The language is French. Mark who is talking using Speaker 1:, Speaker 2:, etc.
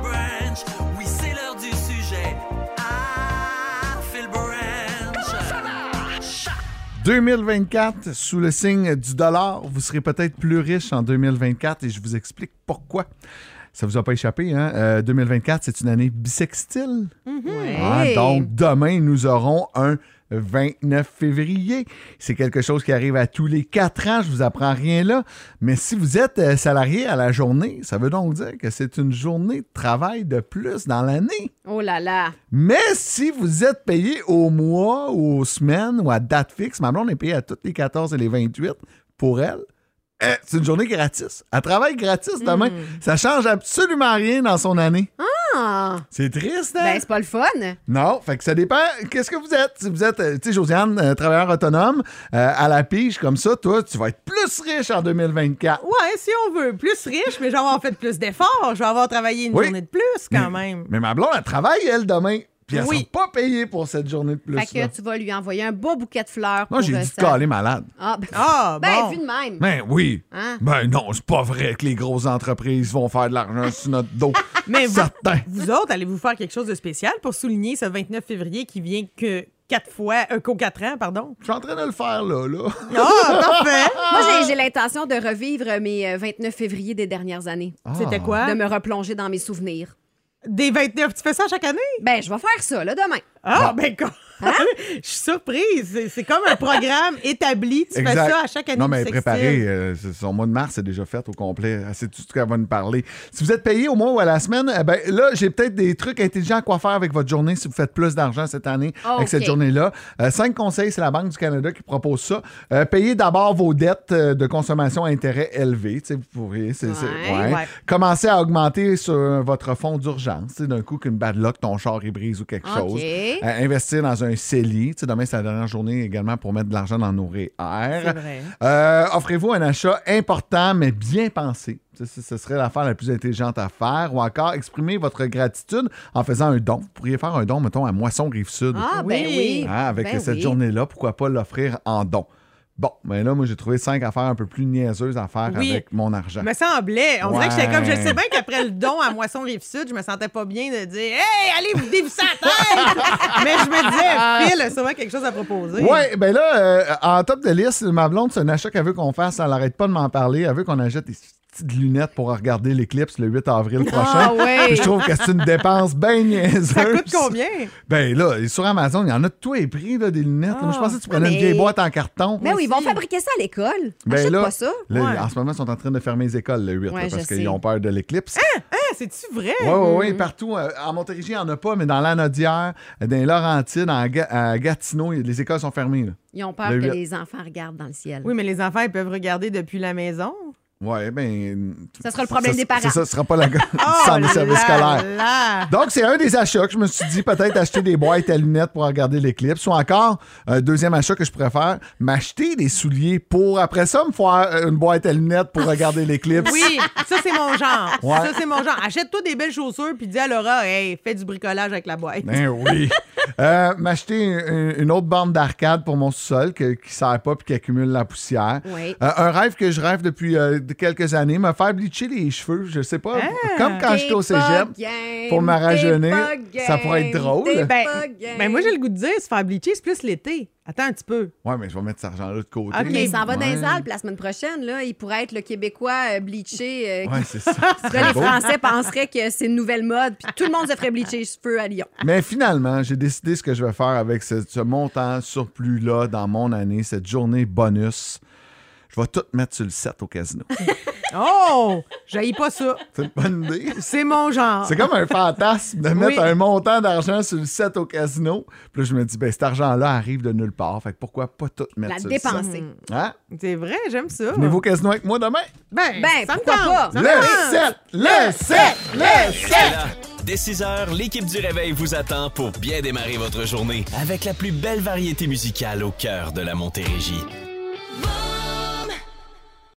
Speaker 1: Branch.
Speaker 2: Oui, c'est l'heure du sujet. Ah, Phil Branch.
Speaker 1: 2024, sous le signe du dollar, vous serez peut-être plus riche en 2024 et je vous explique pourquoi. Ça vous a pas échappé, hein? Euh, 2024, c'est une année bisextile. Hein,
Speaker 3: Hey.
Speaker 1: donc, demain, nous aurons un 29 février. C'est quelque chose qui arrive à tous les quatre ans. Je vous apprends rien là. Mais si vous êtes euh, salarié à la journée, ça veut donc dire que c'est une journée de travail de plus dans l'année.
Speaker 3: Oh là là.
Speaker 1: Mais si vous êtes payé au mois, ou aux semaines ou à date fixe, ma blonde est payée à toutes les 14 et les 28 pour elle. eh, c'est une journée gratis. Elle travaille gratis demain. Ça change absolument rien dans son année.
Speaker 3: Hmm. Ah.
Speaker 1: C'est triste, hein?
Speaker 3: Ben, c'est pas le fun.
Speaker 1: Non, fait que ça dépend. Qu'est-ce que vous êtes? Si vous êtes, euh, tu sais, Josiane, euh, travailleur autonome, euh, à la pige comme ça, toi, tu vas être plus riche en 2024.
Speaker 4: Ouais, si on veut. Plus riche, mais je vais avoir fait plus d'efforts. Je vais avoir travaillé une
Speaker 1: Oui.
Speaker 4: journée de plus quand même.
Speaker 1: Mais ma blonde, elle travaille, elle, demain. Puis elle
Speaker 4: Oui.
Speaker 1: sera pas payée pour cette journée de plus.
Speaker 3: Fait que tu vas lui envoyer un beau bouquet de fleurs.
Speaker 1: Moi,
Speaker 3: pour,
Speaker 1: j'ai
Speaker 3: euh,
Speaker 1: dit
Speaker 3: ça.
Speaker 1: caler malade.
Speaker 3: Ah, ben,
Speaker 4: Ah,
Speaker 3: ben,
Speaker 4: bon.
Speaker 3: vu de même.
Speaker 1: Ben oui.
Speaker 3: Hein?
Speaker 1: Ben non, c'est pas vrai que les grosses entreprises vont faire de l'argent sur notre dos.
Speaker 4: Mais vous,
Speaker 1: Certain.
Speaker 4: vous autres, allez-vous faire quelque chose de spécial pour souligner ce 29 février qui vient que quatre fois, euh, qu'aux quatre ans, pardon?
Speaker 1: Je suis en train de le faire, là, là.
Speaker 4: Ah, parfait!
Speaker 3: Moi, j'ai- j'ai l'intention de revivre mes euh, 29 février des dernières années.
Speaker 1: Ah.
Speaker 4: C'était
Speaker 1: Hein?
Speaker 3: De
Speaker 4: quoi?
Speaker 3: me replonger dans mes souvenirs.
Speaker 4: Des 29, tu fais ça chaque année?
Speaker 3: Ben, je vais faire ça, là, demain.
Speaker 4: Ah, ben, quoi? Je suis surprise. C'est- C'est comme un programme établi. Tu fais ça à chaque année.
Speaker 1: Non,
Speaker 4: du
Speaker 1: mais
Speaker 4: sextile.
Speaker 1: préparez. euh, c'est- son mois de mars est déjà fait au complet. Ah, C'est tout ce qu'elle va nous parler. Si vous êtes payé au mois ou à la semaine, eh ben, là, j'ai peut-être des trucs intelligents à quoi faire avec votre journée si vous faites plus d'argent cette année
Speaker 3: Ah,
Speaker 1: avec cette
Speaker 3: ok.
Speaker 1: journée-là. Euh, cinq conseils, c'est la Banque du Canada qui propose ça. Euh, payez d'abord vos dettes euh, de consommation à intérêt élevé. Tu sais, Vous pourriez. c'est- c'est-
Speaker 3: Ouais,
Speaker 4: ouais.
Speaker 1: Commencez à augmenter sur votre fonds d'urgence. Tu sais, D'un coup, qu'une bad luck, ton char est brise ou quelque
Speaker 3: Ok.
Speaker 1: chose. Euh, investir dans un CELI. Tu sais, demain, c'est la dernière journée également pour mettre de l'argent dans nos REER.
Speaker 4: C'est vrai.
Speaker 1: Euh, Offrez-vous un achat important, mais bien pensé. Ça, ça, Ce serait l'affaire la plus intelligente à faire. Ou encore, exprimer votre gratitude en faisant un don. Vous pourriez faire un don, mettons, à Moisson Rive-Sud.
Speaker 3: Ah, ben
Speaker 4: Oui.
Speaker 3: oui.
Speaker 1: Hein, avec
Speaker 3: Ben
Speaker 1: cette
Speaker 3: oui.
Speaker 1: journée-là, pourquoi pas l'offrir en don? Bon, mais là, moi, j'ai trouvé cinq affaires un peu plus niaiseuses à faire
Speaker 4: Oui.
Speaker 1: avec mon argent.
Speaker 4: me semblait. On dirait que j'étais comme, je
Speaker 1: Ouais.
Speaker 4: sais bien qu'après le don à Moisson Rive-Sud, je me sentais pas bien de dire, hey, allez vous dévisser la tête! Mais je me disais, Phil a sûrement quelque chose à proposer.
Speaker 1: Ouais, ben là, euh, en top de liste, ma blonde, c'est un achat qu'elle veut qu'on fasse. Elle n'arrête pas de m'en parler. Elle veut qu'on achète des petites lunettes pour regarder l'éclipse le 8 avril prochain.
Speaker 3: Ah, ouais.
Speaker 1: Puis Je trouve que c'est une dépense bien niaiseuse.
Speaker 4: Ça coûte combien? Eh,
Speaker 1: Ben là, et sur Amazon, il y en a de tous les prix, là, des lunettes. Moi, je pensais que tu prenais
Speaker 3: Ah. mais-
Speaker 1: une vieille boîte en carton.
Speaker 3: Ben oui, ils vont
Speaker 4: Aussi.
Speaker 3: fabriquer ça à l'école.
Speaker 1: Ben
Speaker 3: Achète
Speaker 1: là,
Speaker 3: pas ça.
Speaker 1: là,
Speaker 4: Ouais.
Speaker 1: En ce moment, ils sont en train de fermer les écoles, le 8,
Speaker 3: Ouais,
Speaker 1: là, parce
Speaker 3: je sais.
Speaker 1: qu'ils ont peur de l'éclipse.
Speaker 4: Ah, c'est-tu vrai?
Speaker 1: Oui, oui, oui, partout. Euh, En Montérégie, il n'y en a pas, mais dans l'Anaudière, dans les Laurentides, en Ga- à Gatineau, les écoles sont fermées. Ben Là.
Speaker 3: Ils ont peur
Speaker 1: Le
Speaker 3: que
Speaker 1: huit.
Speaker 3: les enfants regardent dans le ciel.
Speaker 4: Oui, mais les enfants, ils peuvent regarder depuis la maison.
Speaker 1: Ouais, ben.
Speaker 3: Ça sera le problème des parents. Oh
Speaker 1: C'est ça, ce sera pas la gueule sans les services
Speaker 4: Oh là
Speaker 1: scolaires.
Speaker 4: là.
Speaker 1: Donc, c'est un des achats que je me suis dit peut-être acheter des boîtes à lunettes pour regarder l'éclipse. Ou encore, un deuxième achat que je préfère, m'acheter des souliers pour après ça me faire euh, une boîte à lunettes pour regarder l'éclipse.
Speaker 4: Oui, ça, c'est mon genre.
Speaker 1: Ouais.
Speaker 4: Ça, c'est mon genre. Achète-toi des belles chaussures, puis dis à Laura, hey, fais du bricolage avec la boîte.
Speaker 1: Ben oui. Euh, m'acheter une, une autre bande d'arcade pour mon sous-sol que- qui ne sert pas puis qui accumule la poussière.
Speaker 3: Oui.
Speaker 1: Euh, un rêve que je rêve depuis euh, de quelques années, me faire bleacher les cheveux, je sais pas, comme quand
Speaker 3: Ah, T'es
Speaker 1: j'étais au
Speaker 3: pas
Speaker 1: cégep.
Speaker 3: game,
Speaker 1: pour me
Speaker 3: t'es
Speaker 1: rajeunir,
Speaker 3: pas
Speaker 1: ça
Speaker 3: game,
Speaker 1: pourrait être drôle.
Speaker 3: t'es
Speaker 4: Ben,
Speaker 3: pas game.
Speaker 4: ben, moi, j'ai le goût de dire, se faire bleacher, c'est plus l'été. Attends un petit peu.
Speaker 1: Ouais, mais je vais mettre cet argent-là de côté.
Speaker 4: Ok.
Speaker 3: Ah, Mais il s'en va dans
Speaker 1: Ouais.
Speaker 3: les Alpes la semaine prochaine. Là. Il pourrait être le Québécois euh, bleaché. euh,
Speaker 1: Ouais, c'est ça.
Speaker 3: qui-
Speaker 1: C'est
Speaker 3: Là,
Speaker 1: très
Speaker 3: les
Speaker 1: beau.
Speaker 3: Français penseraient que c'est une nouvelle mode, puis tout le monde se ferait bleacher les cheveux à Lyon.
Speaker 1: Mais finalement, j'ai décidé ce que je vais faire avec ce, ce montant surplus-là dans mon année, cette journée bonus. Je vais tout mettre sur le set au casino.
Speaker 4: Oh! J'haïs pas ça.
Speaker 1: C'est une bonne idée.
Speaker 4: C'est mon genre.
Speaker 1: C'est comme un fantasme de mettre
Speaker 4: Oui.
Speaker 1: un montant d'argent sur le set au casino. Puis là, je me dis, ben, cet argent-là arrive de nulle part. Fait que pourquoi pas tout mettre
Speaker 3: La
Speaker 1: sur le set?
Speaker 3: dépenser.
Speaker 1: Hein?
Speaker 4: C'est vrai, j'aime ça.
Speaker 1: Venez-vous au casino avec moi demain?
Speaker 4: Ben,
Speaker 3: Ben,
Speaker 4: ça me
Speaker 3: pourquoi
Speaker 4: tente.
Speaker 3: pas?
Speaker 4: Ça me
Speaker 1: Le
Speaker 4: tente.
Speaker 1: set! Le set! Le set!
Speaker 2: Là, dès 6 heures, l'équipe du réveil vous attend pour bien démarrer votre journée avec la plus belle variété musicale au cœur de la Montérégie.